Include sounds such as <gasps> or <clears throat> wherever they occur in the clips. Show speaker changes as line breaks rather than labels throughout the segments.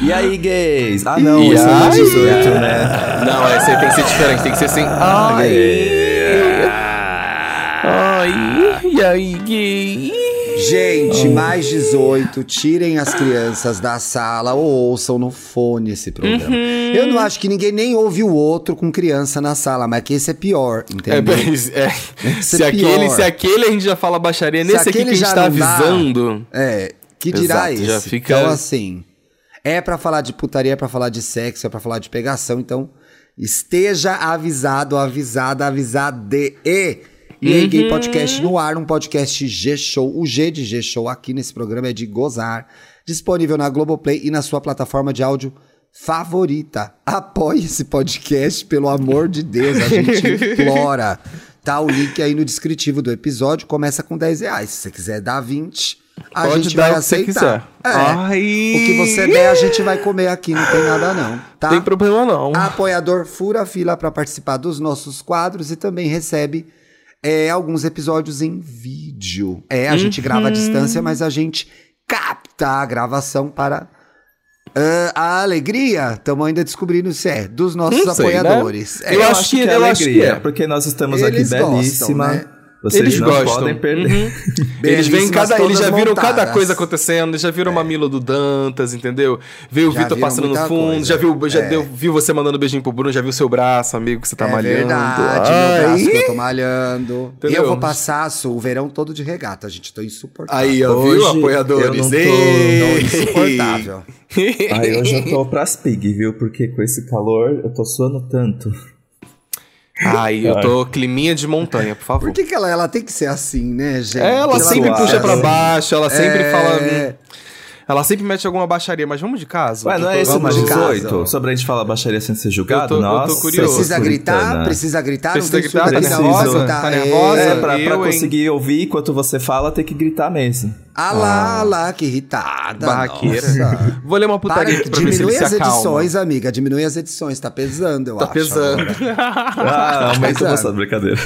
E aí, gays? Ah, não,
E
isso é mais
aí?
18, né?
Não, é, você tem que ser diferente, tem que ser assim. Ai. Ai, e aí, gay?
Gente, mais 18, tirem as crianças da sala ou ouçam no fone esse programa.
Uhum.
Eu não acho que ninguém nem ouve o outro com criança na sala, mas que esse é pior,
É,
entendeu?
mas, é,
Isso
se,
é
aquele,
pior.
se aquele a gente já fala baixaria,
Se
nesse aqui
aquele
que a gente
já
tá
não dá,
avisando.
É, que dirá
Exato,
esse?
já fica-
Então, assim, é pra falar de putaria, é pra falar de sexo, é pra falar de pegação, então esteja avisado, avisada, avisade. E aí,
Uhum.
Gay Podcast no ar, um podcast G-Show. O G de G-Show aqui nesse programa é de gozar. Disponível na Globoplay e na sua plataforma de áudio favorita. Apoie esse podcast, pelo amor de Deus, a
<laughs>
gente implora. Tá o link aí no descritivo do episódio, começa com 10 reais. Se você quiser dar 20, a
Pode
gente
dar
vai
o que você
aceitar.
quiser. Ah.
É.
Ai.
O que você der, a gente vai comer aqui, não tem nada não, tá?
Tem problema não.
Apoiador fura a fila para participar dos nossos quadros e também recebe é, alguns episódios em vídeo. É, a gente grava à distância, mas a gente capta a gravação para ah, a alegria. Estamos ainda descobrindo se é dos nossos
Não sei, né?
apoiadores. É,
Eu acho que- eu acho que é.
porque nós estamos
Eles
aqui
gostam,
belíssima.
né?
Vocês
Eles
não
gostam. Uhum.
<laughs>
podem perder.
Eles vêm cada.
Belíssimas
Eles já
todas
viram cada
montadas. É.
coisa acontecendo, eles já viram o mamilo do Dantas, entendeu? Veio o
Já
Vitor
viram
passando no
muita
fundo,
coisa.
já viu, já
É.
deu, viu você mandando beijinho pro Bruno, já viu seu braço, amigo, que você tá
é
malhando.
verdade,
Ai.
meu braço que eu tô malhando.
Entendeu?
Eu vou passar sou, o verão todo de regata, gente. Tô insuportável.
Aí, ó,
Hoje
viu, apoiadores?
eu não tô-
Tô
Ei!
insuportável.
Aí hoje eu tô pras pig, viu? Porque com esse calor eu tô suando tanto.
Ai, eu tô climinha de montanha, <laughs> por favor.
Por que, que ela, ela tem que ser assim, né, gente?
É, Ela sempre
suave.
puxa pra baixo, ela sempre
É.
fala. hum, Ela sempre mete alguma baixaria, mas vamos de casa?
Ué, não é esse
Vamos
mais
de casa.
18? Sobre a gente falar baixaria sem ser julgado?
Eu tô- eu tô
Nossa,
curioso.
Precisa gritar,
puritana.
né? precisa gritar,
Precisa
não tem
gritar,
surdo,
tá
precisa
nervosa,
gritar.
tá
É.
nervosa.
É, pra, pra
Eu, hein?
conseguir ouvir enquanto você fala, tem que
<laughs>
gritar mesmo.
Ah lá, ah lá, que irritada.
Barraqueira.
nossa.
Vou ler uma
Para,
putaria aqui pra ver se ele
diminui
se
as
acalma.
edições, amiga. Diminui as edições. Tá pesando, eu
Tá
acho.
pesando.
agora.
<laughs> Ah, aumenta
Exato.
nossa brincadeira.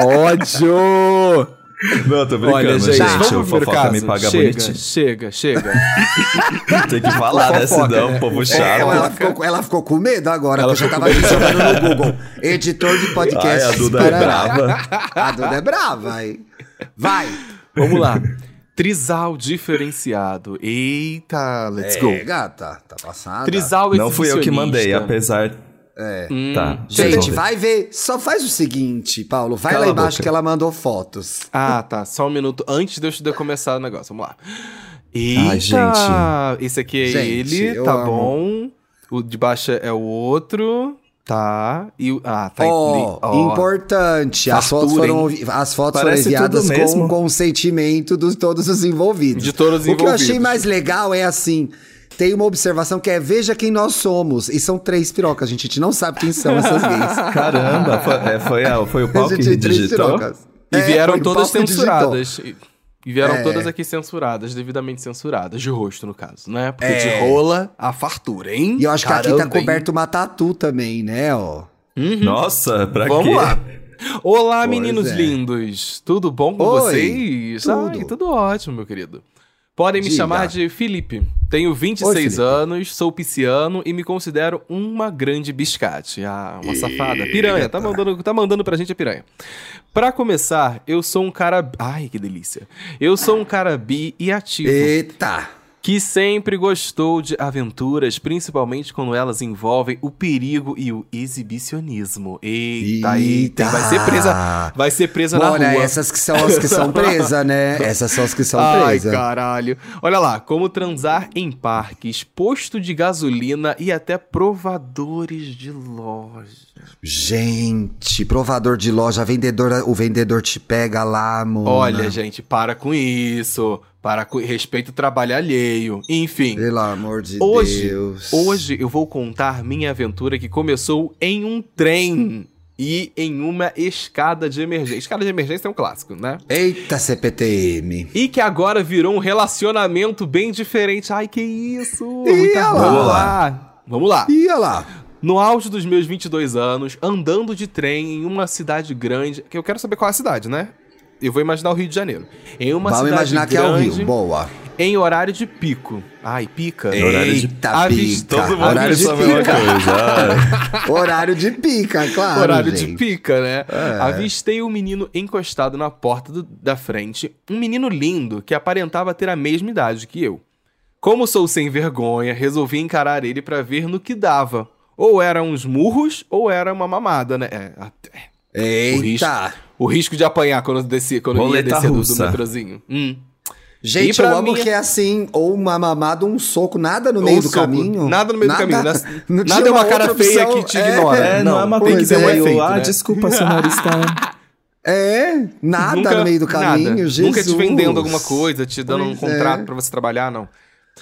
Ódio!
Não, eu tô brincando,
Olha, gente, vamos pro
o
primeiro
fofoca
caso.
me paga
chega,
bonitinho.
chega, chega.
Tem que falar, né?
Fofoca,
Senão
né?
o povo
É,
chato.
ela, ficou, ela ficou com medo agora,
Ela
porque eu já tava jogando no Google. Editor de podcast.
Ai, a Duda
<laughs>
é brava.
A Duda é brava, hein? Vai.
Vamos lá. Trisal diferenciado. Eita, let's go.
É, gata, tá passada.
Trisal Hum,
Não fui eu que mandei,
exibicionista.
apesar...
É.
Tá.
Gente,
resolve.
vai ver. Só faz o seguinte, Paulo. Vai
Cala
lá
a
embaixo
boca.
que ela mandou fotos.
Ah, tá. Só um minuto antes de eu estudar começar o negócio. Vamos lá. Eita!
Ai, gente.
Esse aqui é
Gente,
ele,
eu
tá
amo.
bom. O de baixo é o outro. Tá. E o. Ah, tá.
Ó,
Ó.
importante. As
Fartura,
fotos foram, as fotos foram
Parece
enviadas
tudo
com
mesmo.
o consentimento de todos os envolvidos.
De todos os
O que eu achei
envolvidos.
mais legal é assim. Tem uma observação que é veja quem nós somos. E são três pirocas, gente. A gente não sabe quem são essas
<laughs>
gays.
Caramba, foi, é, foi, a- foi o pau
A
que
gente tem três
digitou.
pirocas.
E
É,
vieram
foi o
todas
Paulo que digitou.
censuradas. E e vieram
É.
todas aqui censuradas, devidamente censuradas, de rosto, no caso, né? Porque
É.
de rola a fartura, hein?
E eu acho que aqui
Caramba,
tá coberto uma tatu também, né, ó.
hein? Uhum.
Nossa, pra
Vamos
quê?
lá. Olá,
Pois
meninos
é.
lindos. Tudo bom com
Oi,
vocês?
tudo.
Ai, tudo ótimo, meu querido. Podem me
Diga.
chamar de Felipe. Tenho 26
Oi, Felipe.
anos, sou pisciano e me considero uma grande biscate. Ah, uma safada. Piranha, tá mandando, tá mandando pra gente a piranha. Pra começar, eu sou um cara. Ai, que delícia. Eu sou um cara bi e ativo
Eita!
que sempre gostou de aventuras, principalmente quando elas envolvem o perigo e o exibicionismo. Eita, eita, vai ser presa, vai ser presa
Olha,
na rua.
essas que são as que
<laughs>
são presas, né? Essas são as
é
que são
Ai,
presas.
caralho. Olha lá, como transar em parques, posto de gasolina e até provadores de loja.
Gente, provador de loja, vendedora, o vendedor te pega lá, amor.
Olha, gente, para com isso. Para com respeito ao trabalho alheio. Enfim,
Pelo amor de
Hoje-
Deus.
Hoje eu vou contar minha aventura que começou em um trem e em uma escada de emergência. Escada de emergência é um clássico, né?
Eita, CPTM.
E que agora virou um relacionamento bem diferente. Ai, que isso!
Ih,
Muita
olha
rola.
lá.
Vamos lá.
Ih, olha lá.
No auge dos meus 22 anos, andando de trem em uma cidade grande, que eu quero saber qual é a cidade, né? Eu vou imaginar o Rio de Janeiro. Em uma
Vamos
cidade
imaginar que
grande,
é o Rio. Boa.
em horário de pico. Ai, pica.
É.
Em horário de
Eita,
avis-
pica.
Todo
Todo
mundo
mundo
horário, de
pensa a mesma
pica.
<laughs>
coisa.
horário de pica, claro.
horário de
gente.
pica, né?
É.
Avistei um menino encostado na porta do- da frente, um menino lindo que aparentava ter a mesma idade que eu. Como sou sem vergonha, resolvi encarar ele pra ver no que dava. Ou era uns murros, ou era uma mamada, né? É, a- é.
Eita.
o risco de apanhar quando, eu desci, quando eu ia
Roleta
descer do, do
russa.
metrozinho. Hum. E
Gente,
pra
eu amo
mim-
que é assim, ou uma mamada, ou um soco, nada no
Ou
meio
um
do
soco,
caminho.
nada no meio
<laughs>
do caminho, né?
não
Nada
tinha
é uma cara
outra
feia que te ignora.
É, não, é uma
Pois
coisa que deu um
é,
efeito,
eu- ah,
Ah, desculpa, senhorista.
É, nada
Nunca-
no meio do caminho,
nada.
Jesus.
Nunca te vendendo alguma coisa, te dando um
Pois
contrato
é.
pra você trabalhar, não.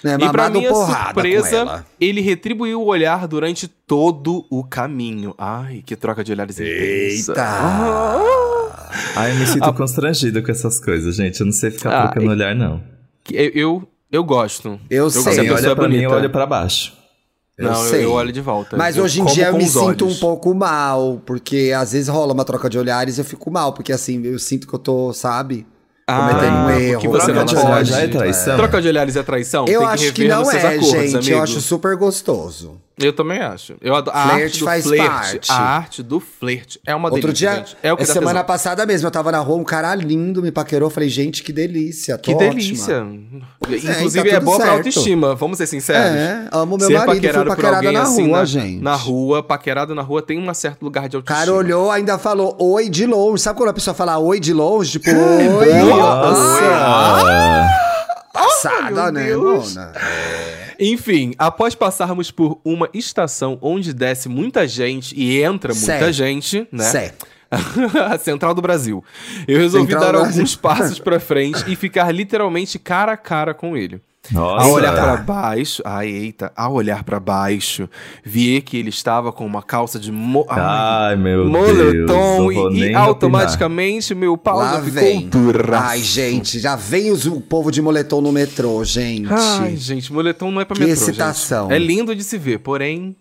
É,
E pra
mamada ou
minha
porrada com
surpresa,
ela.
ele retribuiu o olhar durante todo o caminho. Ai, que troca de olhares intensa.
Eita.
<laughs> Ai, eu me sinto constrangido com essas coisas, gente. Eu não sei ficar
Ah,
trocando olhar, não.
Que Eu, eu, eu gosto.
Eu
gosto
sei,
se a
Quem
pessoa
olha
é
pra mim,
bonita.
eu olho pra baixo.
eu
não, eu,
sei.
eu olho de volta.
Mas hoje em
como
dia eu
com
me
os
sinto
olhos.
um pouco mal, porque às vezes rola uma troca de olhares e eu fico mal, porque assim, eu sinto que eu tô, sabe?
Ah,
cometendo um
porque
erro.
Você
Troca
não
de
pode.
olhar já é traição?
Troca de olhares é traição?
eu
Tem
acho que,
rever
não
nos seus
é,
acordos,
gente.
amigo.
Eu acho super gostoso.
Eu também acho. Eu adoro. A
Flerte
arte do
faz
flerte.
parte.
A arte do flerte é uma
Outro
delícia,
dia,
gente. É o que dá
semana
tesão.
passada mesmo, eu tava na rua, um cara lindo me paquerou. Falei, gente, que delícia. Tô
Que
ótima.
delícia.
é,
Inclusive,
e tá
é
tudo
boa pra
certo.
autoestima, vamos ser sinceros.
É, amo meu
Ser
marido, fui
paquerado por
paquerada
alguém
na
assim,
rua,
na,
gente.
na rua, paquerado na rua tem um certo lugar de
O
autoestima.
cara olhou, ainda falou oi de longe. Sabe quando a pessoa fala oi de longe?
É,
Tipo, oi. Ah,
Ai,
Passada,
meu
né,
Deus.
Mona?
Enfim, após passarmos por uma estação onde desce muita gente e entra muita
Certo.
gente, né?
Certo.
<laughs> a Central do Brasil. Eu resolvi
Central do
dar alguns
Brasil.
passos pra frente e ficar literalmente cara a cara com ele.
Nossa.
Ao olhar pra baixo, ai eita, ao olhar pra baixo, vi que ele estava com uma calça de mo ai,
Ai, meu Deus. não
moletom
vou
e- e,
nem opinar.
automaticamente meu pau
Lá
já ficou
vem.
duraço.
Ai, gente, já vem os, o povo de moletom no metrô, gente.
Ai, gente, moletom não é pra
Que
metrô,
excitação.
gente. É lindo de se ver, porém...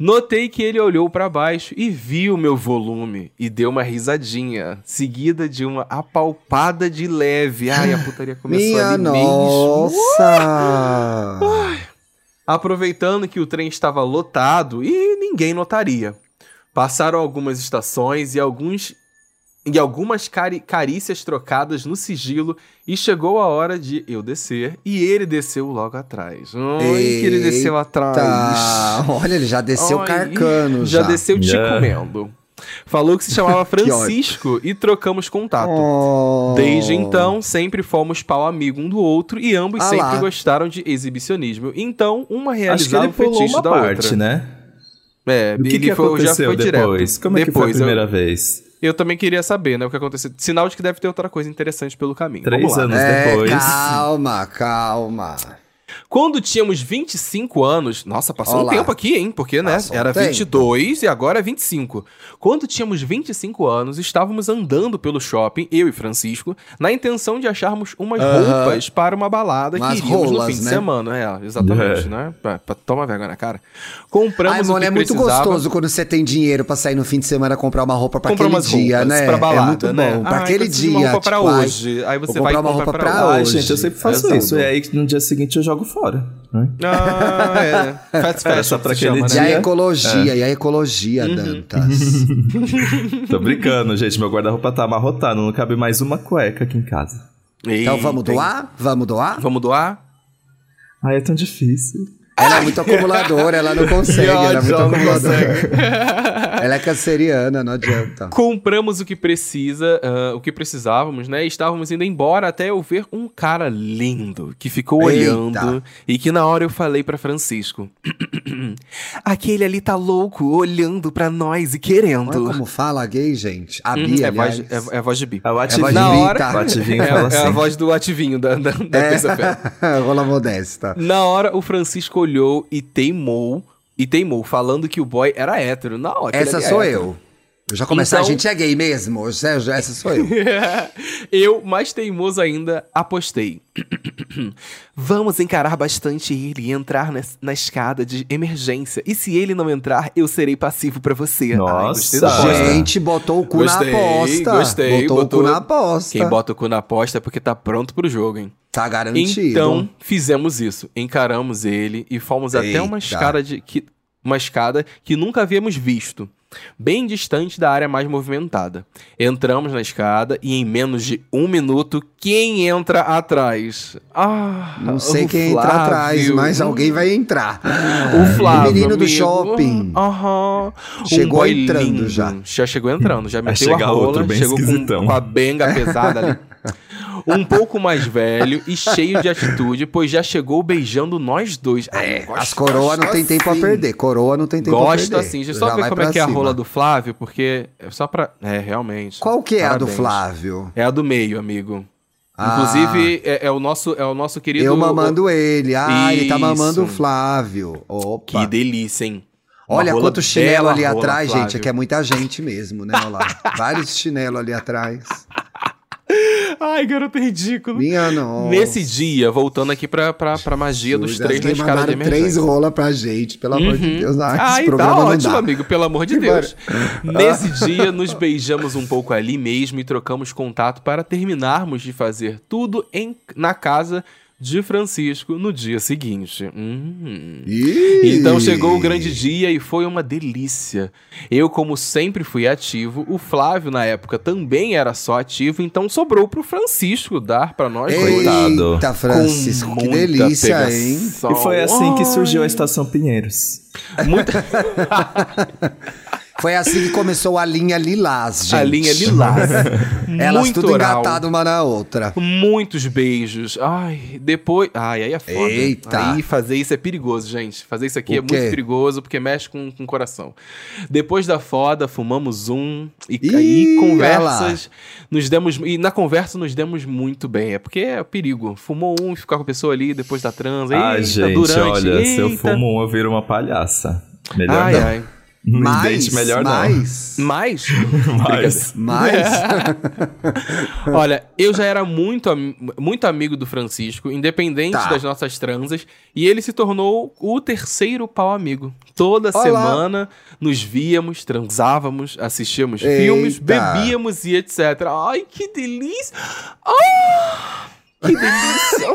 Notei que ele olhou pra baixo e viu meu volume e deu uma risadinha, seguida de uma apalpada de leve. Ai, a putaria começou
Minha
ali mesmo.
nossa.
aproveitando que o trem estava lotado e ninguém notaria. Passaram algumas estações e alguns e algumas cari- carícias trocadas no sigilo e chegou a hora de eu descer e ele desceu logo atrás. Ai, que ele desceu atrás.
Tá. Olha, ele já desceu
Ai,
carcano já.
Já desceu te
Já.
comendo. Falou que se chamava Francisco e trocamos contato.
Oh.
Desde então, sempre fomos pau amigo um do outro e ambos
Ah
sempre
lá.
gostaram de exibicionismo. Então, uma
Acho que ele
realizava o
pulou
fetiche
uma
da
parte,
outra.
né?
É,
O que,
ele
que
foi- já
aconteceu
foi direto.
depois? Como é que foi a
Depois, eu-
primeira vez?
Eu, também queria saber, né, o que aconteceu. Sinal de que deve ter outra coisa interessante pelo caminho. Vamos
Três
lá.
anos
É,
depois.
calma, calma.
Quando tínhamos 25 anos, nossa, passou
Olá.
um tempo aqui, hein? Porque, né,
Passou um
era
tempo.
22 e agora é 25. Quando tínhamos 25 anos, estávamos andando pelo shopping, eu e Francisco, na intenção de acharmos umas
Aham.
roupas para uma balada
Umas
que iríamos
rolas,
no fim de
né?
semana. É, exatamente,
É.
né? Pra, pra tomar vergonha na cara. Compramos
Ai,
o
mano,
que
é muito
precisava.
gostoso quando você tem dinheiro pra sair no fim de semana comprar uma roupa pra
Comprar
aquele
umas
dia,
roupas
né?
pra balada,
é muito bom.
né?
Pra
Ah,
aquele
preciso de
dia.
uma roupa pra
tipo, ai,
hoje. Aí você
vou
vai
comprar uma roupa
comprar
pra
hoje.
Ai,
hoje.
gente, eu sempre faço
Exato.
isso. É aí que no dia seguinte eu jogo fora. né?
Ah, é. Fast
Era
fashion
só pra
se chama,
aquele
E
né? Uhum.
a
dia.
ecologia, e a ecologia,
<laughs>
Dantas.
Tô brincando, gente. Meu guarda-roupa tá amarrotado. Não cabe mais uma cueca aqui em casa.
Então vamos
Eita, hein?
doar? Vamos doar?
Vamos doar?
Ai, é tão difícil.
Ela é
<laughs>
muito acumuladora, ela não consegue. ela é muito
Ela não consegue.
acumuladora. ela é canceriana, não adianta.
<laughs> Compramos o que precisa, ah, o que precisávamos, né? E Estávamos indo embora até eu ver um cara lindo que ficou
Eita.
olhando e que na hora eu falei pra Francisco: <clears throat> Aquele ali tá louco, olhando pra nós e
Olha
querendo.
é como fala gay, gente. A
Hum,
Bia,
é, voz,
aliás.
é, é voz de bi.
É o
voz
ativinho.
de
Na
bi,
hora,
tá?
O ativinho
é,
fala
é a
assim.
voz do ativinho da, da, da terça-feira.
É, <laughs> rola modesta.
Na hora, o Francisco olhou e teimou. E teimou, falando que o boy era hétero. Na hora.
Essa sou eu. Eu já começar,
é Então-
a gente é gay mesmo. Hoje, Sérgio, essa sou eu.
<laughs> eu, mais teimoso ainda, apostei. <clears throat> Vamos encarar bastante ele e entrar na, na escada de emergência. E se ele não entrar, eu serei passivo pra você. Ai, gostei da
Nossa.
aposta.
Gente, botou o cu
Tá, Gostei,
na aposta.
gostei,
botou,
botou-
o cu na aposta.
Quem bota o cu na aposta é porque tá pronto pro jogo, hein?
Tá garantido.
Então, fizemos isso. Encaramos ele e fomos até uma
Eita.
escada de que uma escada que nunca havíamos visto, bem distante da área mais movimentada. Entramos na escada e em menos de um minuto, quem entra atrás? Ah,
não sei
o
quem entra
Flávio.
atrás, mas alguém vai entrar.
O Flávio,
Ah. O menino do
amigo.
shopping.
Aham. Um
Chegou
boy
entrando
lindo.
já.
Já chegou entrando, já meteu a
chegar
rola,
outro bem
chegou com,
esquisitão.
com a benga pesada
<laughs>
ali. Um pouco mais velho e cheio de atitude, pois já chegou beijando nós dois. Ah,
É,
gosto-
as coroa não tem tempo
assim.
a perder. Coroa não tem tempo a
Gosto
perder.
assim, deixa eu só
Já
ver
vai
como é
pra
que é a
cima.
rola do Flávio, porque é só pra. É, realmente.
Qual que é a do
Parabéns.
Flávio?
É a do meio, amigo.
Ah.
Inclusive, é, é o nosso, é o nosso querido.
Eu mamando ele. Ah, ele tá mamando o
Isso.
Flávio.
Que
Opa.
delícia, hein? Uma
Olha
rola
quanto chinelo
bela
ali
rola,
atrás, gente.
Flávio.
É que é muita gente mesmo, né? Olha lá.
<laughs>
Vários chinelos ali atrás.
Ai, garoto ridículo.
Minha nossa.
Nesse dia, voltando aqui pra, pra, pra magia dos
Jesus,
três na
alguém
escada de
mandaram
emergência.
três rola pra gente, pelo amor de Deus. Ah,
Ai,
esse
tá
programa não
ótimo,
dá.
amigo, pelo amor de Deus. Nesse dia, nos beijamos um pouco ali mesmo e trocamos contato para terminarmos de fazer tudo em, na casa de Francisco no dia seguinte. Hum.
Ih.
Então chegou o grande dia e foi uma delícia. Eu, como sempre, fui ativo. O Flávio, na época, também era só ativo. Então sobrou pro Francisco dar pra nós. dois.
Coitado.
Eita, Francisco,
Com
que
muita
delícia, hein?
pegação.
E foi assim que
Ai,
surgiu a Estação Pinheiros.
Muita...
Foi assim que começou a linha lilás, gente.
<laughs> A linha lilás.
Elas
Muito
tudo
oral.
engatadas uma na outra.
Muitos beijos. Ai, depois. Ai, aí é foda.
Eita.
Aí fazer isso é perigoso, gente. Fazer isso aqui
O
é muito
quê?
perigoso porque mexe com, com o coração. Depois da foda, fumamos um e
Ih,
aí
olha
conversas. Nos demos. E na conversa nos demos muito bem. É porque é o perigo. Fumou um e ficar com a pessoa ali depois da transa.
Ai,
Eita,
gente,
durante.
olha, se eu
eita.
fumo um, eu viro uma palhaça. Melhor
Ai,
não.
ai.
<laughs> Um
Mas,
dente melhor <laughs>
mas,
Mas.
não. Mas,
<laughs> É.
mas... <laughs>
Olha, eu já era muito, ami- muito amigo do Francisco, independente
Tá.
das nossas transas, e ele se tornou o terceiro pau amigo. Toda
Olá.
semana nos víamos, transávamos, assistíamos
Eita.
filmes, bebíamos e etc. Ai, que delícia! Ah,
<laughs>
que delícia!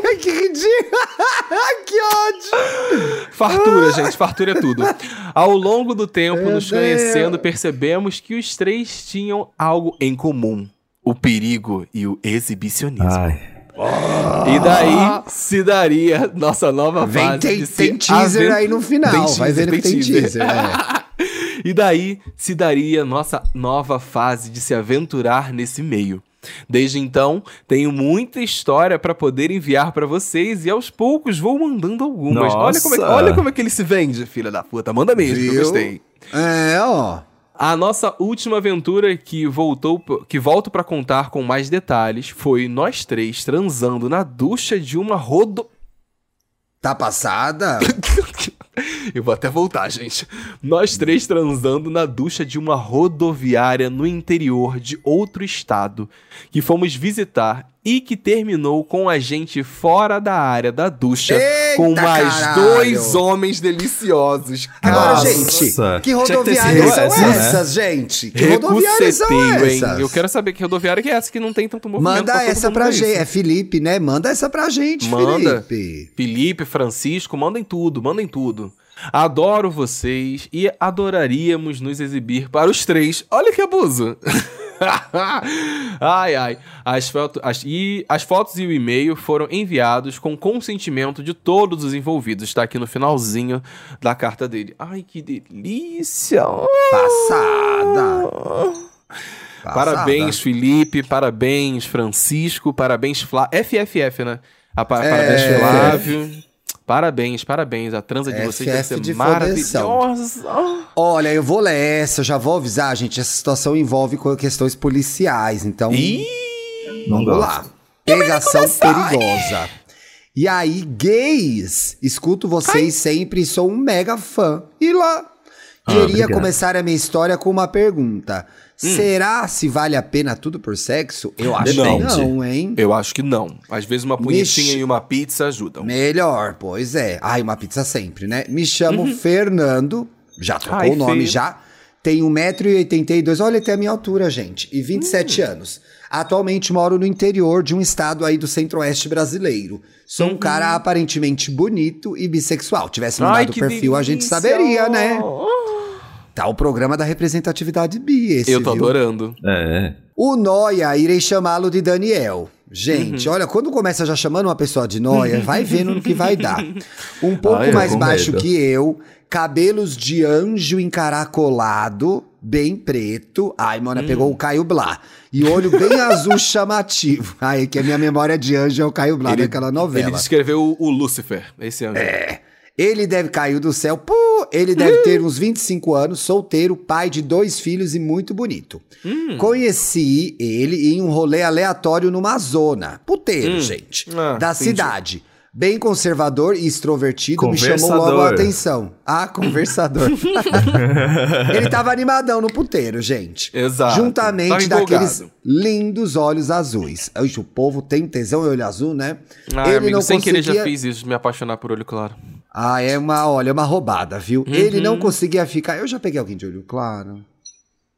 <laughs> Ai, que ridículo! <laughs> que ódio!
Fartura, gente, fartura é tudo. Ao longo do tempo,
Meu
nos conhecendo, percebemos que os três tinham algo em comum: o perigo e o exibicionismo.
ai.
E daí se daria nossa nova
Ah. Vem,
fase.
tem,
de se
tem teaser
aven-
aí no final.
Tem
Vai
teaser,
vendo que
tem
tem
teaser.
teaser. é.
E daí se daria nossa nova fase de se aventurar nesse meio. Desde então, tenho muita história pra poder enviar pra vocês e aos poucos vou mandando algumas. Olha como, é,
Nossa.
olha como é que ele se vende, filha da puta. Manda mesmo, eu
Viu?
gostei. <laughs>
É, ó.
A nossa última aventura que voltou, que volto pra contar com mais detalhes, foi nós três transando na ducha de uma rodo
Tá passada?
Eu vou até voltar, gente. Nós três transando na ducha de uma rodoviária no interior de outro estado que fomos visitar e que terminou com a gente fora da área da ducha
Eita,
<laughs> com mais
caralho!
dois homens deliciosos.
Agora,
Nossa.
gente, que
Tinha ter
rodoviárias
sido
são
essa, né?
essas, gente? Que rodoviárias são
Recuceteio, hein?
essas?
Eu quero saber que rodoviária que é essa que não tem tanto movimento.
Manda
tá todo
essa
mundo
pra
com isso.
gente. É Felipe, né? Manda essa pra gente,
Manda.
Felipe.
Felipe, Francisco, mandem tudo, mandem tudo. Adoro vocês e adoraríamos nos exibir para os três. Olha que abuso! <laughs> ai, ai. As, foto- as- e, as fotos e o e-mail foram enviados com consentimento de todos os envolvidos. Está aqui no finalzinho da carta dele. Ai, que delícia!
Passada. Passada.
Parabéns, Felipe. Parabéns, Francisco. Parabéns, Flávio. FFF, né? A pa-
É.
Parabéns, Flávio. Parabéns, parabéns. A transa de vocês deve
FF
ser
de
maravilhosa.
Olha, eu vou ler essa, eu já vou avisar, gente. Essa situação envolve co- questões policiais, então.
Ih,
Não
Vamos
gosto.
lá. Pegação perigosa. E aí, gays, escuto vocês sempre e sou um mega fã. E lá,
Ah,
Queria
obrigado. Hum.
começar a minha história com uma pergunta. Será se vale a pena tudo por sexo? Eu acho
Depende.
que não, hein?
Eu acho que não. Às vezes uma punhetinha
Mexe-
e uma pizza ajudam.
Melhor, pois é. Ai, uma pizza sempre, né? Me chamo Fernando, já trocou
Uhum. Ai,
o nome
feio.
já. Tenho 1,82m, olha até a minha altura, gente, e 27
Hum.
anos. Atualmente moro no interior de um estado aí do centro-oeste brasileiro. Sou um cara aparentemente bonito e bissexual. Tivesse
Uhum. Ai,
mandado o
que
perfil, a gente
delícia!
saberia, né? Tá o programa da representatividade bi, esse,
Eu tô
viu?
adorando.
É.
O Noia, irei chamá-lo de Daniel. Gente,
Uhum.
olha, quando começa já chamando uma pessoa de Noia, vai vendo no que vai
<laughs>
dar. Um pouco
Ai, eu
mais
com
baixo
medo.
que eu, cabelos de anjo encaracolado, bem preto. Ai, mano,
Hum.
pegou o Caio Blá. E olho bem azul chamativo. Ai, que a minha memória de anjo é o Caio Blá
Ele-
daquela novela. É.
Ele descreveu o, o Lúcifer, esse anjo.
Ele deve caiu do céu. Pô, ele deve ter uns 25 anos, solteiro, pai de dois filhos e muito bonito.
Hum.
Conheci ele em um rolê aleatório numa zona. Puteiro,
Hum.
gente.
Ah,
da
entendi.
cidade. Bem conservador e extrovertido, me chamou logo a
Conversador.
atenção. Ah,
<laughs>
conversador. ele tava animadão no puteiro, gente.
Exato.
Juntamente
Tava
daqueles
empolgado.
lindos olhos azuis. Hoje, o povo tem tesão em olho azul, né?
Ai, amigo, sem querer já fiz isso, me apaixonar por olho claro.
Ah, é uma, olha, é uma roubada, viu? Ele não conseguia ficar. Eu já peguei alguém de olho claro.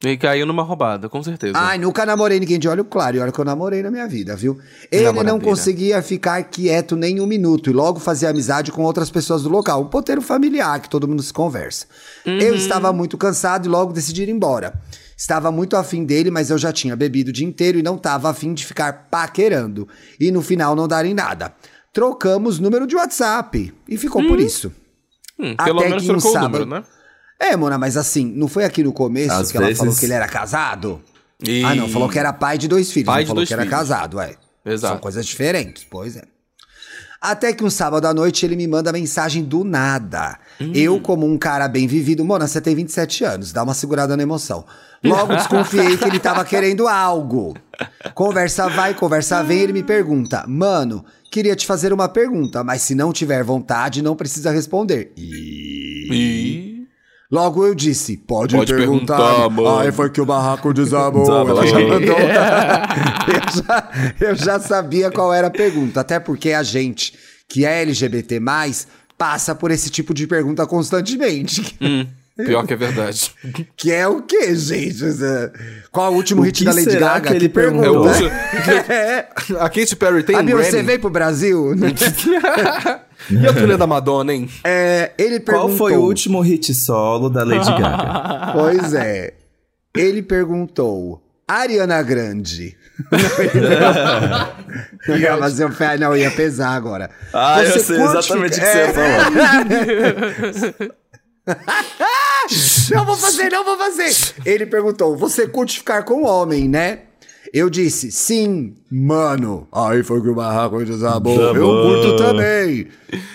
E caiu numa roubada, com certeza.
Ai, nunca namorei ninguém de olho claro. E olha que eu namorei na minha vida, viu? Ele não
Namoradeira.
conseguia ficar quieto nem um minuto e logo fazia amizade com outras pessoas do local. Um poteiro familiar que todo mundo se conversa. Eu estava muito cansado e logo decidi ir embora. Estava muito afim dele, mas eu já tinha bebido o dia inteiro e não estava afim de ficar paquerando. E no final não dar em nada. Trocamos número de WhatsApp e ficou por isso.
Hum, pelo
até
menos
que um
trocou o
sábado-
número, né?
É, Mona, mas assim, não foi aqui no começo
Às
que ela falou
vezes-
que ele era casado?
E-
Ah, não, falou que era pai de dois filhos,
Pai
não
de
falou
dois
que era
filhos.
casado, é.
Exato.
São coisas diferentes, pois é. Até que um sábado à noite ele me manda mensagem do nada.
Hum.
Eu, como um cara bem vivido, Mona, você tem 27 anos, dá uma segurada na emoção. Logo desconfiei que ele tava querendo algo. Conversa vai, conversa vem, ele me pergunta: Mano, queria te fazer uma pergunta, mas se não tiver vontade, não precisa responder. Ih.
E...
Logo eu disse, pode,
Pode
perguntar.
perguntar, mano.
Aí foi que o barraco
<laughs>
desabou.
Desabou.
Ela já mandou <laughs> outra. eu, já, eu já sabia qual era a pergunta. Até porque a gente, que é LGBT+, passa por esse tipo de pergunta constantemente. <laughs>
Hum, pior que é verdade.
Que é o quê, gente? Qual o último
O
hit
que
da Lady
será
Gaga?
que ele
É o <laughs>
Né?
uso-
<laughs> É.
A Katy Perry tem
A
um
Beyoncé
Grammy.
veio pro Brasil?
<laughs> E a filha da Madonna,
<laughs>
hein?
É, ele perguntou...
Qual foi o último hit solo da Lady Gaga?
Pois é. Ele perguntou: Ariana
<laughs>
Grande. Não, ia fazer um pé, não, ia pesar agora.
<laughs> Ah, eu
Você
sei
curte "É,
exatamente o que
ficar-
É.
você ia falar.
<laughs> Não vou fazer, não vou fazer. Ele perguntou: Você curte ficar com homem, né? Eu disse, sim, mano. Aí foi que o barraco desabou.
Tá
Eu
bom.
curto também.
<laughs>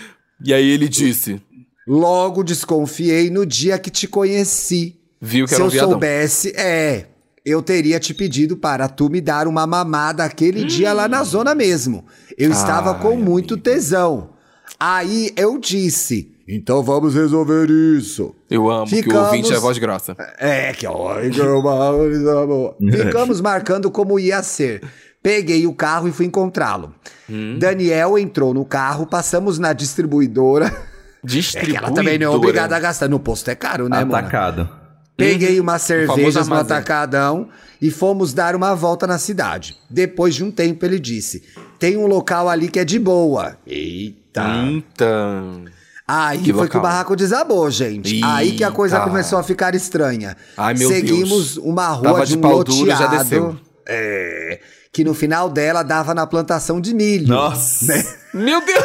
E aí ele disse,
Logo desconfiei no dia que te conheci.
viu que
Se
era um
eu
viadão.
soubesse, é. Eu teria te pedido para tu me dar uma mamada aquele dia lá na zona mesmo. Eu estava com muito tesão. Aí eu disse. Então vamos resolver isso.
Eu amo que o
Ficamos-
ouvinte é voz grossa.
É, que
<laughs>
ó. Ficamos marcando como ia ser. Peguei o carro e fui encontrá-lo.
Hum.
Daniel entrou no carro, passamos na
<laughs>
distribuidora. É que
Distribuidora.
ela também não é obrigada a
né?
gastar. No posto é caro,
Ah, tá
né, mano?
Atacado.
Peguei uma
famoso
cerveja no
armazém.
atacadão e fomos dar uma volta na cidade. Depois de um tempo, ele disse: Tem um local ali que é de boa. Eita!
Então...
Aí
Que
foi
local?
que o barraco desabou, gente. Aí que a coisa
Eita.
começou a ficar estranha.
Ai, meu
Seguimos
Deus.
uma rua
Tava
de
de
um
pau duro, já
loteado,
desceu.
é, que no final dela dava na plantação de milho.
Nossa.
Meu Deus!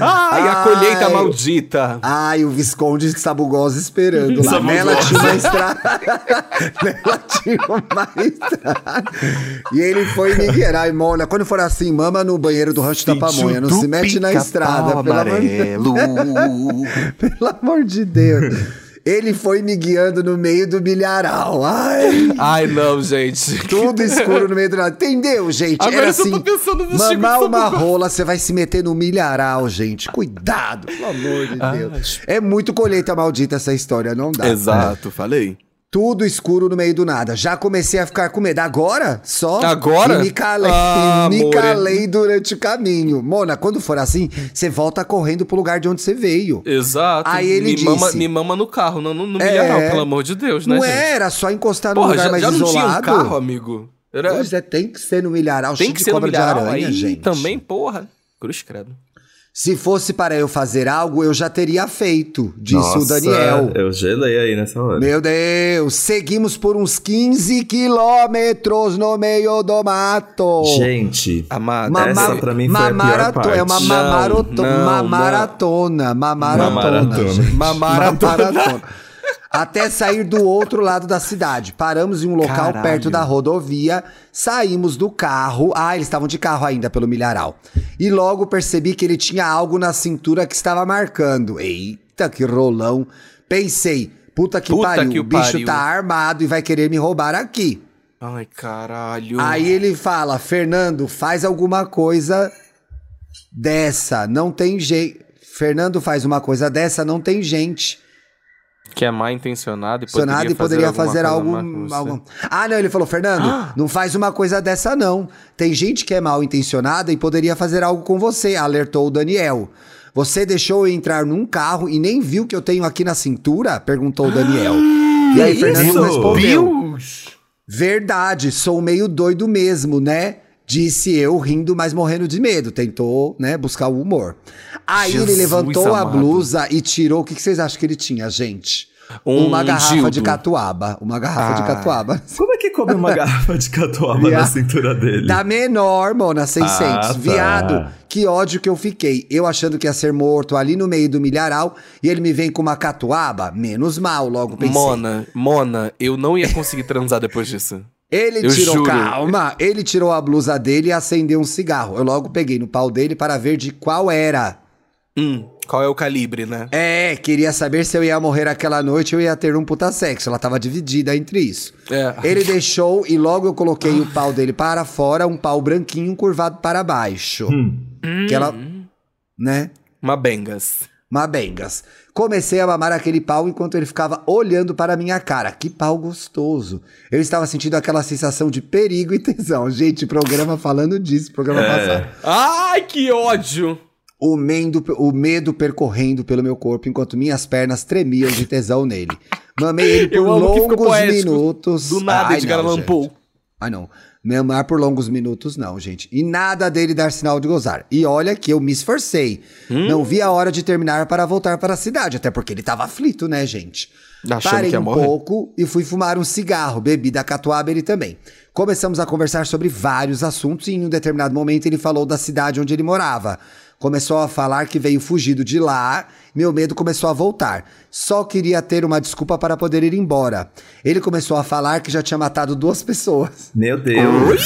Ai, a colheita
Ai.
maldita.
Ai, o Visconde de Sabugosa esperando lá.
Sabugosa.
Nela tinha uma estrada. <laughs> Nela tinha uma estrada. E ele foi Miguel. Ai, mona, quando for assim, mama no banheiro do Rancho da Pamonha. Não se mete na estrada, pelo amor, de- pelo amor de Deus. Ele foi me guiando no meio do milharal. Ai,
Ai, não, gente.
tudo escuro no meio do nada. Entendeu, gente?
Agora
Era
eu só tô
assim,
pensando no Chico
mamar uma
Sabugosa.
rola, você vai se meter no milharal, gente. Cuidado, pelo amor de
Ah,
Deus. É muito colheita maldita essa história, não dá.
<laughs> Exato, falei.
Tudo escuro no meio do nada. Já comecei a ficar com medo. Agora? Só?
Agora?
E me calei.
Ah,
me
amore.
calei durante o caminho. Mona, quando for assim, você volta correndo pro lugar de onde você veio.
Exato.
Aí ele
me,
disse-
mama, me mama no carro, não, não, não me
É.
ia não, pelo amor de Deus, né,
não
gente?
era só encostar num
Porra,
lugar
já,
mais
já não tinha um
isolado.
carro, amigo. Era-
Pois é, tem que ser no milharal,
tem
cheio
que
de
ser no
cobra de
milharal
aranha,
aí
gente.
também, porra. Cruz credo.
Se fosse para eu fazer algo, eu já teria feito, disse o
Nossa, é.
Daniel.
Eu gelei aí nessa hora.
Meu Deus, seguimos por uns 15 quilômetros no meio do mato.
Gente,
Amada.
Mamá-
essa- é-
Essa pra mim foi a pior
mamarato-
parte.
É uma
Não,
mamarato-
não, não.
mamaratona. Mamaratona.
Mamaratona.
gente.
Mamaratona.
Mamaratona. Até sair do outro lado da cidade. Paramos em um local
Caralho.
perto da rodovia, saímos do carro. Ah, eles estavam de carro ainda pelo milharal. E logo percebi que ele tinha algo na cintura que estava marcando. Eita, que rolão. Pensei, puta que
Puta
pariu,
que o
o bicho
pariu.
tá armado e vai querer me roubar aqui.
Ai, caralho.
Aí ele fala, Fernando, faz alguma coisa dessa, não tem jeito. Fernando faz uma coisa dessa, não tem gente.
Que é mal intencionado e
Sonado
poderia,
e poderia fazer, algo,
algum...
algum- Ah, não, ele falou, Fernando, não faz uma coisa dessa, não. Tem gente que é mal intencionada e poderia fazer algo com você, alertou o Daniel. Você deixou eu entrar num carro e nem viu que eu tenho aqui na cintura? Perguntou o Daniel. e aí, Fernando
isso?
não respondeu.
Deus!
Verdade, sou meio doido mesmo, né? Disse eu, rindo, mas morrendo de medo. Tentou, né, buscar o humor. Aí ele
Jesus
levantou a
amado.
blusa e tirou. O que que vocês acham que ele tinha, gente? uma garrafa de catuaba. Uma garrafa de
Um Ah.
catuaba.
Como é que
<laughs>
come uma garrafa de catuaba
Viado.
na cintura dele?
Da Tá menor, mona, 600.
Ah, tá.
Viado, que ódio que eu fiquei. Eu achando que ia ser morto ali no meio do milharal e ele me vem com uma catuaba. Menos mal, logo pensei.
Mona, Mona, eu não ia conseguir transar depois disso.
Ele
Eu
tirou,
juro.
calma, ele tirou a blusa dele e acendeu um cigarro. Eu logo peguei no pau dele para ver de qual era.
Hum, qual é o calibre, né?
É, queria saber se eu ia morrer aquela noite ou ia ter um puta sexo. Ela tava dividida entre isso.
É.
Ele deixou e logo eu coloquei o pau dele para fora, um pau branquinho curvado para baixo.
Hum,
Que ela, né?
Uma bengas.
Mabengas. Comecei a mamar aquele pau enquanto ele ficava olhando para a minha cara. Que pau gostoso. Eu estava sentindo aquela sensação de perigo e tesão. Gente, programa falando disso, programa passado.
é.
Ai, que ódio!
O, mendo- o medo percorrendo pelo meu corpo enquanto minhas pernas tremiam de tesão nele. Mamei ele por
<laughs> Eu amo que ficou
longos
poético.
minutos.
Do nada,
Ai,
Edgar
não,
Allan
gente.
Poe.
Ah, não. Me amar por longos minutos, não, gente. E nada dele dar sinal de gozar. E olha que eu me esforcei.
Hum?
Não vi a hora de terminar para voltar para a cidade, até porque ele tava aflito, né, gente?
Achando
Parei
que ia
um
morrer.
pouco e fui fumar um cigarro, bebida catuaba ele também. Começamos a conversar sobre vários assuntos e em um determinado momento ele falou da cidade onde ele morava. Começou a falar que veio fugido de lá, meu medo começou a voltar. Só queria ter uma desculpa para poder ir embora. Ele começou a falar que já tinha matado duas <laughs> pessoas
Meu Deus.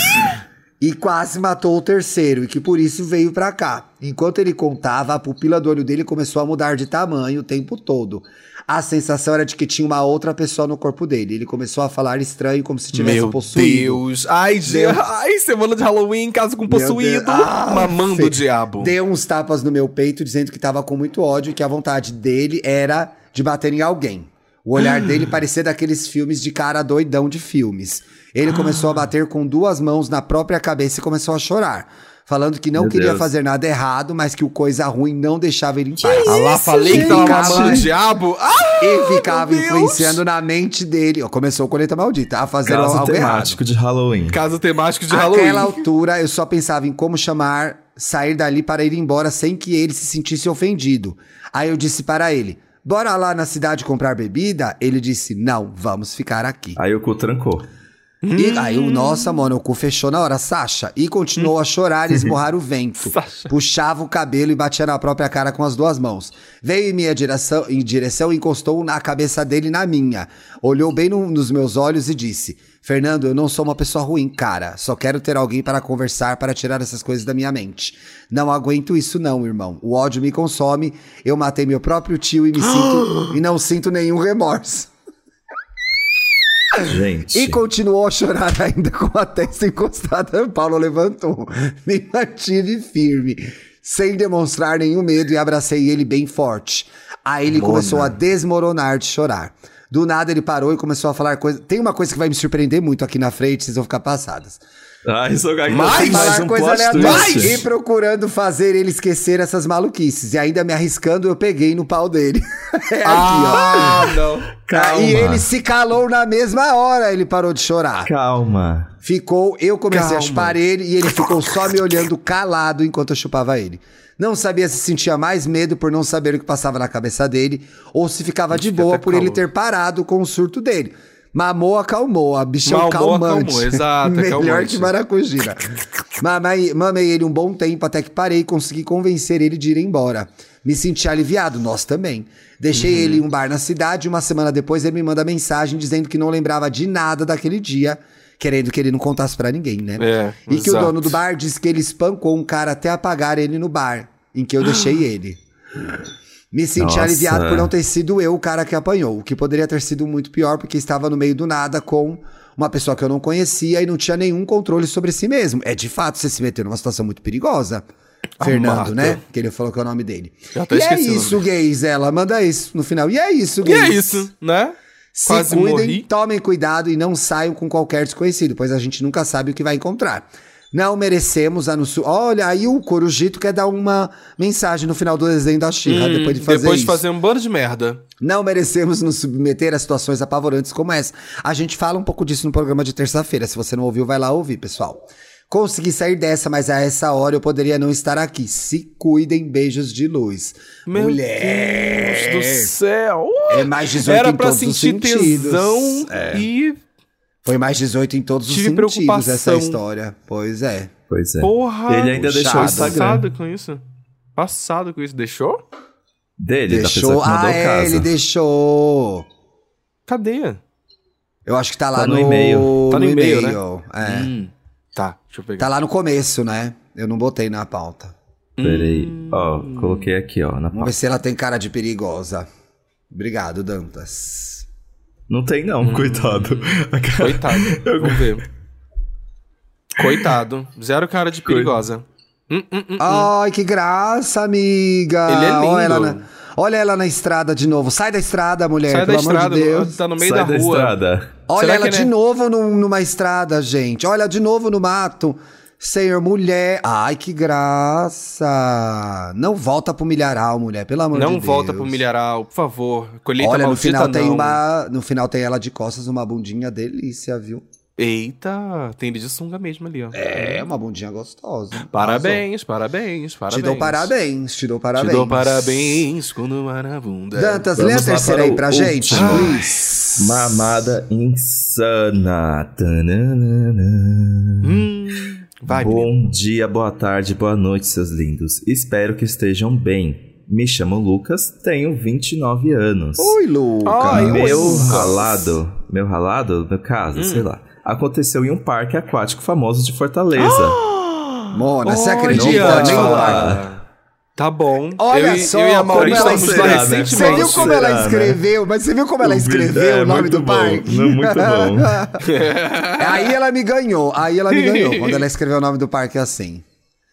e quase matou o terceiro e que por isso veio pra cá. Enquanto ele contava, a pupila do olho dele começou a mudar de tamanho o tempo todo. A sensação era de que tinha uma outra pessoa no corpo dele. Ele começou a falar estranho como se tivesse
Meu
possuído.
Deus. Ai, dia. Ai, semana de Halloween, caso com
Meu
possuído.
Deus. Ah,
mamando
fe-
o diabo.
Deu uns tapas no meu peito dizendo que tava com muito ódio e que a vontade dele era de bater em alguém. O olhar dele parecia daqueles filmes de cara doidão de filmes. Ele começou a bater com duas mãos na própria cabeça e começou a chorar, falando que não
Meu
queria
Deus.
fazer nada errado, mas que o coisa ruim não deixava ele em paz.
Ah lá, falei que
gente?
tava
Cara,
mamando o
gente.
diabo. Ah,
E ficava
meu Deus.
influenciando na mente dele. Ó, começou o coleta maldita a fazer
Caso
algo errado.
um temático de Halloween.
caso temático de
Naquela
Halloween.
altura, eu só pensava em como chamar, sair dali para ir embora sem que ele se sentisse ofendido. Aí eu disse para ele: Bora lá na cidade comprar bebida? Ele disse: Não, vamos ficar aqui.
Aí o cu trancou.
E aí, o nossa, mano, o cu fechou na hora, Sasha. E continuou a chorar e esborrar o
<laughs>
vento. <laughs>
Sasha.
Puxava o cabelo e batia na própria cara com as duas mãos. Veio em minha direção, em direção e encostou na cabeça dele na minha. Olhou bem no- nos meus olhos e disse: Fernando, eu não sou uma pessoa ruim, cara. Só quero ter alguém para conversar para tirar essas coisas da minha mente. Não aguento isso, não, irmão. O ódio me consome. Eu matei meu próprio tio e me sinto. e não sinto nenhum remorso.
Gente.
E continuou a chorar <laughs> ainda com a testa encostada. Paulo levantou. <laughs> Me mantive firme, sem demonstrar nenhum medo e abracei ele bem forte. Aí ele começou a desmoronar de chorar. Do nada ele parou e começou a falar coisas. Tem uma coisa que vai me surpreender muito aqui na frente, vocês vão ficar passadas.
Ai, sou gaga.
Mais?
mais
falar
um
coisa
plot
aleatória
twist.
e procurando fazer ele esquecer essas maluquices. E ainda me arriscando, eu peguei no pau dele. <laughs> é aqui, ó.
Ah, não.
Calma.
E ele se calou na mesma hora, ele parou de chorar.
Calma.
Ficou, eu comecei
Calma.
a chupar ele e ele ficou só
<laughs>
me olhando calado enquanto eu chupava ele. Não sabia se sentia mais medo por não saber o que passava na cabeça dele ou se ficava de
Fica
boa
até
por ele
calor.
ter parado com o surto dele. Mamou acalmou, a bicha é um
Mamou,
calmante.
acalmou, exato, é
<laughs> Melhor
calmante.
que maracujina. Mamei, mamei ele um bom tempo até que parei e consegui convencer ele de ir embora. Me senti aliviado, nós também. Deixei ele em um bar na cidade e uma semana depois ele me manda mensagem dizendo que não lembrava de nada daquele dia, querendo que ele não contasse pra ninguém, né?
É,
e que o
exato.
dono do bar disse que ele espancou um cara até apagar ele no bar, em que eu deixei ele. Me senti
Nossa.
aliviado por não ter sido eu o cara que apanhou, o que poderia ter sido muito pior porque estava no meio do nada com uma pessoa que eu não conhecia e não tinha nenhum controle sobre si mesmo. É de fato você se meter numa situação muito perigosa. Fernando,
Amado.
né? Que ele falou que é o nome dele.
Já até
E é
esqueci o nome
isso, gays. Ela manda isso no final. E é isso,
E
gays.
é isso, né?
Se
Quase
cuidem,
morri.
tomem cuidado e não saiam com qualquer desconhecido, pois a gente nunca sabe o que vai encontrar. Não merecemos a nosso. Olha, aí o Corujito quer dar uma mensagem no final do desenho da Xirra,
Hum,
depois de fazer
depois de
isso.
fazer um bando de merda.
Não merecemos nos submeter a situações apavorantes como essa. A gente fala um pouco disso no programa de terça-feira. Se você não ouviu, vai lá ouvir, pessoal. Consegui sair dessa, mas a essa hora eu poderia não estar aqui. Se cuidem, beijos de luz.
Meu
Mulher!
Deus do céu.
É mais 18
Era
em
pra
todos os
sentir
sentidos. É.
tesão e.
Foi mais 18 em todos os
Tive
sentidos
preocupação.
essa história. Pois é.
Pois é.
Porra.
Ele ainda deixou o
Puxado.
Instagram.
Passado né? com isso. Passado com isso. Deixou?
Dele,
deixou.
da pessoa que
Ah,
mandou o
é,
caso.
ele deixou.
Cadê?
Eu acho que tá lá
Tá no e-mail.
Tá no e-mail, né?
É.
Hum, tá, deixa eu pegar.
Tá lá no começo, né? Eu não botei na pauta.
Peraí.
Hum.
Ó, coloquei aqui, ó. Na...
Vamos ver se ela tem cara de perigosa. Obrigado, Dantas.
Não tem, não,
Hum.
coitado. <laughs>
Tá. <laughs>
Coitado. Vamos ver. Coitado. Zero cara de perigosa. Hum, hum, hum.
Ai, que graça, amiga.
Ele é lindo.
Olha ela, na... Olha ela na estrada de novo. Sai da estrada, mulher,
Sai da
é, pelo amor
estrada.
de Deus.
Tá no meio
Sai
da,
da
rua.
estrada.
Olha
Será
ela
que, né?
de novo num- numa estrada, gente. Olha de novo no mato. Senhor, mulher. Ai, que graça. Não volta pro milharal, mulher, pelo amor de
Não
Deus.
volta pro milharal, por favor. Colheita
Olha, no
maldita
final
não.
tem uma. No final tem ela de costas, uma bundinha delícia, viu?
Eita, tem ele de sunga mesmo ali, ó.
É, uma bundinha gostosa.
Parabéns, parabéns,
Arrasou.
parabéns.
Te dou parabéns, te dou
Te
parabéns. tá.
dou parabéns quando marabunda.
Dantas,
Vamos
lê a
lá
terceira
para
aí
o
pra gente,
último. Ah.
please.
Mamada insana. Tananana.
Hum, vai, menino.
Bom dia, boa tarde, boa noite, seus lindos. Espero que estejam bem. Me chamo Lucas, tenho 29 anos.
Oi, Lucas.
Ai, oi,
meu
Lucas.
ralado, meu ralado, no caso, sei lá, aconteceu em um parque aquático famoso
<gasps>
de
Ah,
Fortaleza.
Mona, você
Olha!
acredita? Nem o Marco.
Tá bom.
Olha
eu, e-
só tá
eu e a
como
Mauri
ela é
estamos lá
será, né?
Você
recentemente.
viu
<laughs>
como ela
Será, né?
escreveu? Mas você viu como ela
O vídeo
escreveu
é
o nome
muito
do
bom,
parque?
não, muito bom.
É
aí ela me ganhou, aí ela me ganhou. Quando ela escreveu o nome do parque é assim.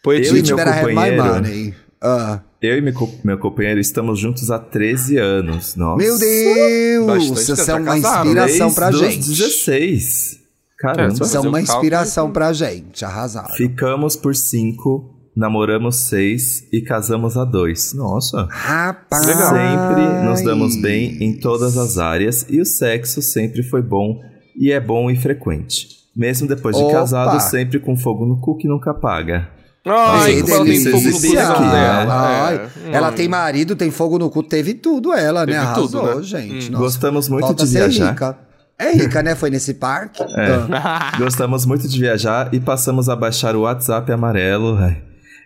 Eu e
Teach
meu
better have my
companheiro.
money. Ah.
<laughs> Eu e meu, co- meu companheiro estamos juntos há 13 anos. Nossa.
meu Deus!
Bastante
Você é
tempo,
uma
tá casado,
inspiração
né? Desde
pra
os
gente.
16.
É,
Caramba.
só-
Você é
Fazer
uma
o cálculo.
inspiração pra gente. Arrasaram.
Ficamos por 5, namoramos 6 e casamos a 2. Nossa.
Rapaz!
Legal.
Sempre nos damos bem em todas as áreas e o sexo sempre foi bom e é bom e frequente. Mesmo depois de
Opa!
casado, sempre com fogo no cu que nunca apaga.
Ai,
Que
Sim,
como
sim,
tem
sim,
delícia!
fogo no
sim,
coração
sim.
dela.
Ai,
É.
Ela
Hum.
tem marido, tem fogo no cu, teve tudo ela, né?
Teve
Arrasou,
tudo, né?
gente.
Hum.
Nossa,
Gostamos muito
falta
de
ser
viajar.
rica. É rica, né? Foi nesse parque. Ah.
Gostamos muito de viajar e passamos a baixar o WhatsApp amarelo ai,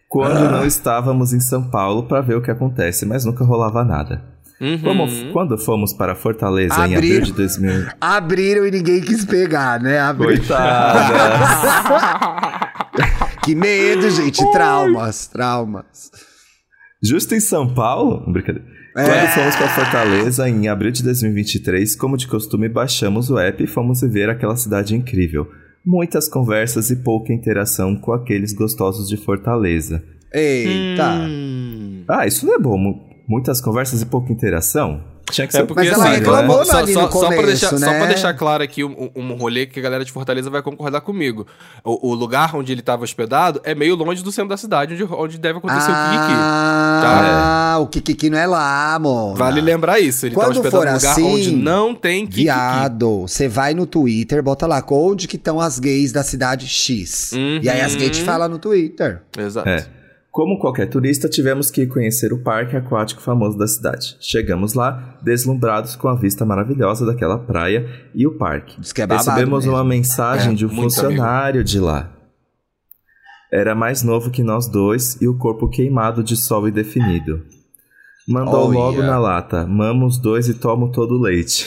quando não
Ah.
estávamos em São Paulo para ver o que acontece, mas nunca rolava nada.
Uhum.
Como- quando fomos para Fortaleza em
Abril.
abril de 2000.
Abriram e ninguém quis pegar, né? Abriram.
Coitada!
Que medo, gente. Traumas, traumas.
Justo em São Paulo? Brincadeira.
É.
Quando fomos para Fortaleza em abril de 2023, como de costume, baixamos o app e fomos ver aquela cidade incrível. Muitas conversas e pouca interação com aqueles gostosos de Fortaleza.
<laughs> Eita.
Hum.
Ah, isso não é bom. mu- Muitas conversas e pouca interação? Tinha que ser né?
É porque,
Mas ela
assim,
reclamou
só,
ali
só,
no
só pra
começo,
deixar, só
né?
pra deixar claro aqui um, um um rolê que a galera de Fortaleza vai concordar comigo. O, o lugar onde ele tava hospedado é meio longe do centro da cidade, onde, onde deve acontecer o Kiki.
Ah, o Kikiki não é lá, amor.
Vale lembrar isso. Ele
Quando
tá hospedado
for
num lugar
assim,
onde não tem Kiki.
Viado, você vai no Twitter, bota lá onde que estão as gays da cidade X.
Uhum.
E aí as gays te falam no Twitter.
Exato.
É. Como qualquer turista, tivemos que conhecer o parque aquático famoso da cidade. Chegamos lá, deslumbrados com a vista maravilhosa daquela praia e o parque.
Diz que é babado
Recebemos
mesmo.
uma mensagem
É,
de um
muito
funcionário de lá. Era mais novo que nós dois e o corpo queimado de sol indefinido. Mandou
Olha.
logo na lata: mamo os dois e tomo todo o leite.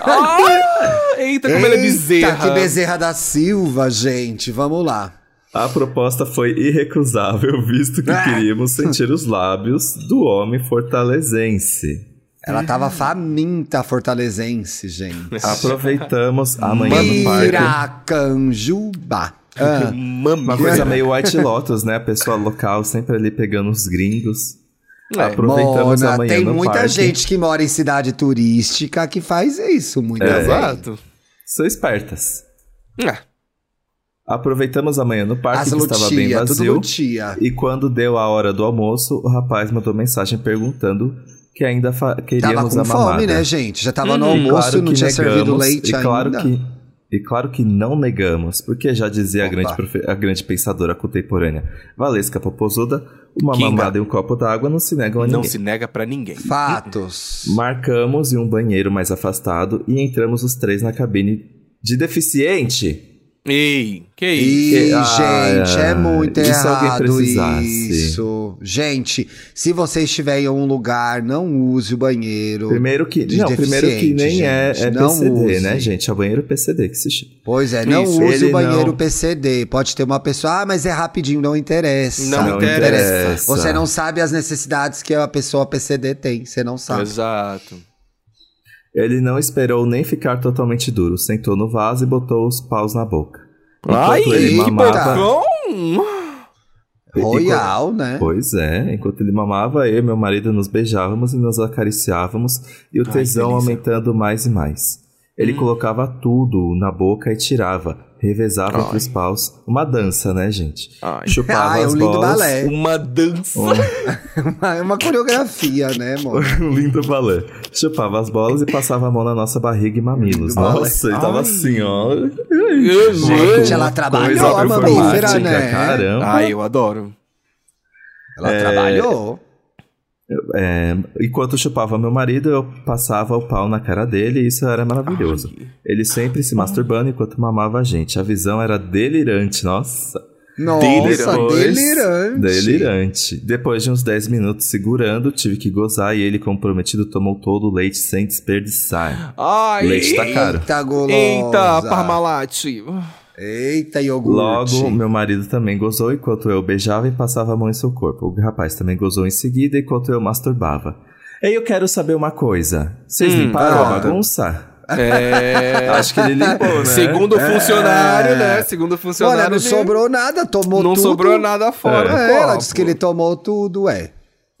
Ah, eita, como ela é
Eita,
bezerra.
que bezerra da Silva, gente. Vamos lá.
A proposta foi irrecusável, <laughs> visto que
Ah.
queríamos sentir os lábios do homem fortalezense.
Ela tava faminta fortalezense, gente.
Ah, Aproveitamos a manhã do parque.
Piracanjuba. Ah.
Uma coisa meio White Lotus, né? A pessoa local sempre ali pegando os gringos. Ah,
É.
Aproveitamos a
Mona,
manhã
tem
no
muita
parque.
gente que mora em cidade turística que faz isso, muita
É.
gente.
É. Exato.
São espertas.
É.
Aproveitamos a manhã no parque,
As
que estava bem
lutia, tudo
vazio.
lutia.
E quando deu a hora do almoço, o rapaz mandou mensagem perguntando que ainda fa-
Tava
queríamos
com
a mamada.
fome, né, gente? Já tava no
Hum,
E
almoço,
claro
não
que
tinha
negamos,
servido leite
e claro
ainda.
Que, e claro que não negamos, porque já dizia a
Opa.
grande, profe- a grande pensadora contemporânea Valesca Popozuda, uma
Kinga.
mamada e um copo d'água não se negam a
Não
ninguém.
se nega pra ninguém.
Fatos.
Marcamos em um banheiro mais afastado e entramos os três na cabine de deficiente.
Ei, que isso?
Ih,
Ah,
gente, é muito
e se alguém
errado
precisasse?
isso. Gente, se você estiver em um lugar, não use o banheiro.
Primeiro que.
De
não, primeiro que
deficiente,
nem é,
gente,
é
não
PCD,
use.
né, gente? É o banheiro PCD que se chama.
Pois é, não
Isso,
use
ele
o banheiro
não-
PCD. Pode ter uma pessoa, ah, mas é rapidinho, não interessa.
Não interessa.
Você não sabe as necessidades que a pessoa PCD tem, você não sabe.
Exato.
Ele não esperou nem ficar totalmente duro, sentou no vaso e botou os paus na boca. Enquanto
Ai,
ele
que
mamava-
bocão!
E- e-
Royal, né?
Pois é, enquanto ele mamava, eu e meu marido nos beijávamos e nos acariciávamos, e o
Ai,
tesão
delícia.
aumentando mais e mais. Ele
Hum.
colocava tudo na boca e tirava, revezava
Ai.
entre os paus. Uma dança,
<laughs>
né, gente?
Ai,
Chupava
Ah, é um
as
lindo
bolas.
balé.
Uma dança.
<laughs> É uma coreografia, né, amor?
<laughs> Um lindo balé. Chupava as bolas e passava a mão na nossa barriga e mamilos.
Lindo balé.
Nossa, ele tava
Ai.
assim, ó.
Gente, ela
Coisa
trabalhou a mamífera,
performática,
né?
caramba.
Ai, eu adoro.
Ela trabalhou.
É, enquanto chupava meu marido, eu passava o pau na cara dele e isso era maravilhoso.
Ai.
Ele sempre
Hum.
se masturbando enquanto mamava a gente. A visão era delirante, nossa.
Nossa,
Depois-
delirante.
Delirante. Depois de uns 10 minutos segurando, tive que gozar e ele, comprometido, tomou todo o leite sem desperdiçar.
Ai.
Leite tá caro.
Eita, gulosa.
Eita, Parmalat.
Eita, iogurte.
Logo, um meu marido também gozou enquanto eu beijava e passava a mão em seu corpo. O rapaz também gozou em seguida enquanto eu masturbava. Ei, eu quero saber uma coisa. Vocês
Hum,
limparam a
ah.
bagunça?
É.
Acho que <laughs> ele limpou, né?
Segundo o funcionário, né? Segundo o funcionário.
Olha, não
ele
sobrou nada, tomou
não
tudo.
sobrou nada fora. do
É, ela
copo.
disse que ele tomou tudo, é.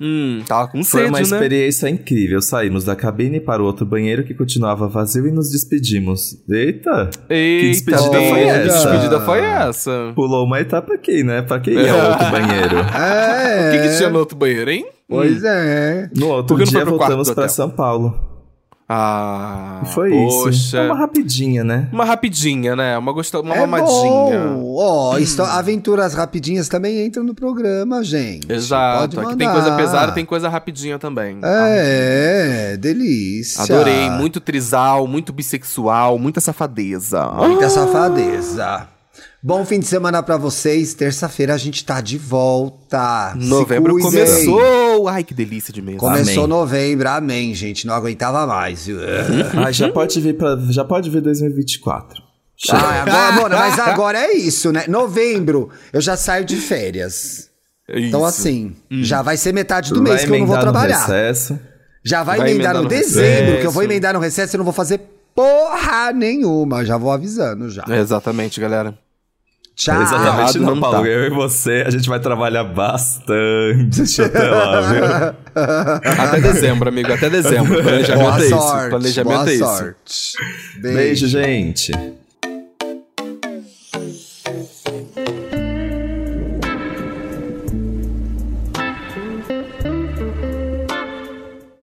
Hum, tava com
Foi
sede,
uma
né?
experiência incrível. Saímos da cabine para o outro banheiro que continuava vazio e nos despedimos. Eita!
Eita,
despedida
bem,
foi essa?
Que despedida foi essa?
Pulou uma etapa aqui, né? Pra quem ia <laughs> ao outro banheiro?
É.
<laughs> O que que tinha no outro banheiro, hein? Hum.
Pois é.
No outro
Por que não foi
dia
pro quarto
voltamos
do
para
hotel?
São Paulo.
Ah,
E foi
poxa.
isso. É uma rapidinha, né?
Uma rapidinha, né? Uma gostosa, uma
é
mamadinha. Hum.
bom. Ó, histó- aventuras rapidinhas também entram no programa, gente.
Exato.
Pode
Aqui tem
mandar.
coisa pesada, tem coisa rapidinha também. Ah,
É, delícia.
Adorei. Muito trisal, muito bissexual, muita safadeza.
Muita safadeza. Bom fim de semana pra vocês. Terça-feira a gente tá de volta. Se
Novembro
cuidem.
começou! Ai, que delícia de mês.
Começou
Amém.
novembro, amém, gente. Não aguentava mais. viu? <laughs>
Hum,
Ah, já pode vir pra, já pode vir 2024. Chega.
Ah, agora, mano,
<laughs>
mas agora é isso, né? Novembro, eu já saio de férias.
É
Então, assim,
Hum.
já vai ser metade do mês que eu não vou
emendar no
trabalhar.
recesso.
Já vai,
Vai
emendar,
emendar
no
no
dezembro, que eu vou
recesso.
emendar no recesso e não vou fazer porra nenhuma. Já vou avisando já.
É,
<laughs>
Exatamente, galera.
Tchau.
Exatamente,
errado
não,
não
Paulo.
tá.
Eu e você, a gente vai
<laughs>
trabalhar bastante até lá, viu?
Até dezembro, amigo. Até dezembro. Planejamento
Boa
é isso.
sorte.
Planejamento
boa
é isso.
sorte.
Beijo gente.